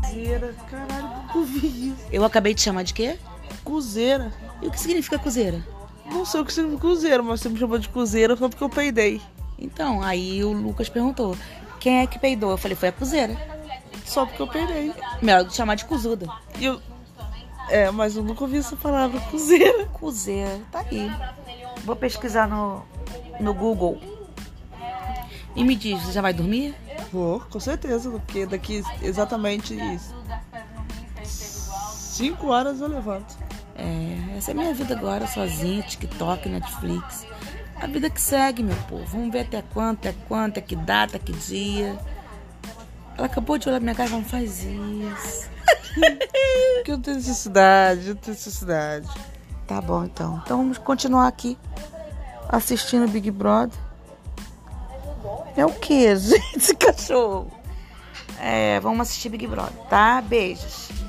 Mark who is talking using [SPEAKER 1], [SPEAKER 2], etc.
[SPEAKER 1] Cozeira. Caralho, que eu vi isso.
[SPEAKER 2] Eu acabei de chamar de quê?
[SPEAKER 1] Cozeira.
[SPEAKER 2] E o que significa cozeira?
[SPEAKER 1] Não sei o que significa cozeira, mas você me chamou de cozeira só porque eu peidei.
[SPEAKER 2] Então, aí o Lucas perguntou: quem é que peidou? Eu falei: foi a cozeira.
[SPEAKER 1] Só porque eu peidei.
[SPEAKER 2] Melhor do que chamar de cozuda.
[SPEAKER 1] E eu... É, mas eu nunca ouvi essa palavra, cozeira.
[SPEAKER 2] Cozeira, tá aí. Vou pesquisar no, no Google. E me diz: você já vai dormir?
[SPEAKER 1] Vou, com certeza, porque daqui exatamente 5 horas eu levanto.
[SPEAKER 2] É, essa é a minha vida agora, sozinha, TikTok, Netflix. A vida que segue, meu povo. Vamos ver até quanto, até quanto, até que data, que dia. Ela acabou de olhar minha cara e falou, não faz isso.
[SPEAKER 1] Porque eu não tenho necessidade, eu não tenho necessidade.
[SPEAKER 2] Tá bom, então. Então vamos continuar aqui assistindo Big Brother. É o que, gente? Esse cachorro. É, vamos assistir Big Brother, tá? Beijos.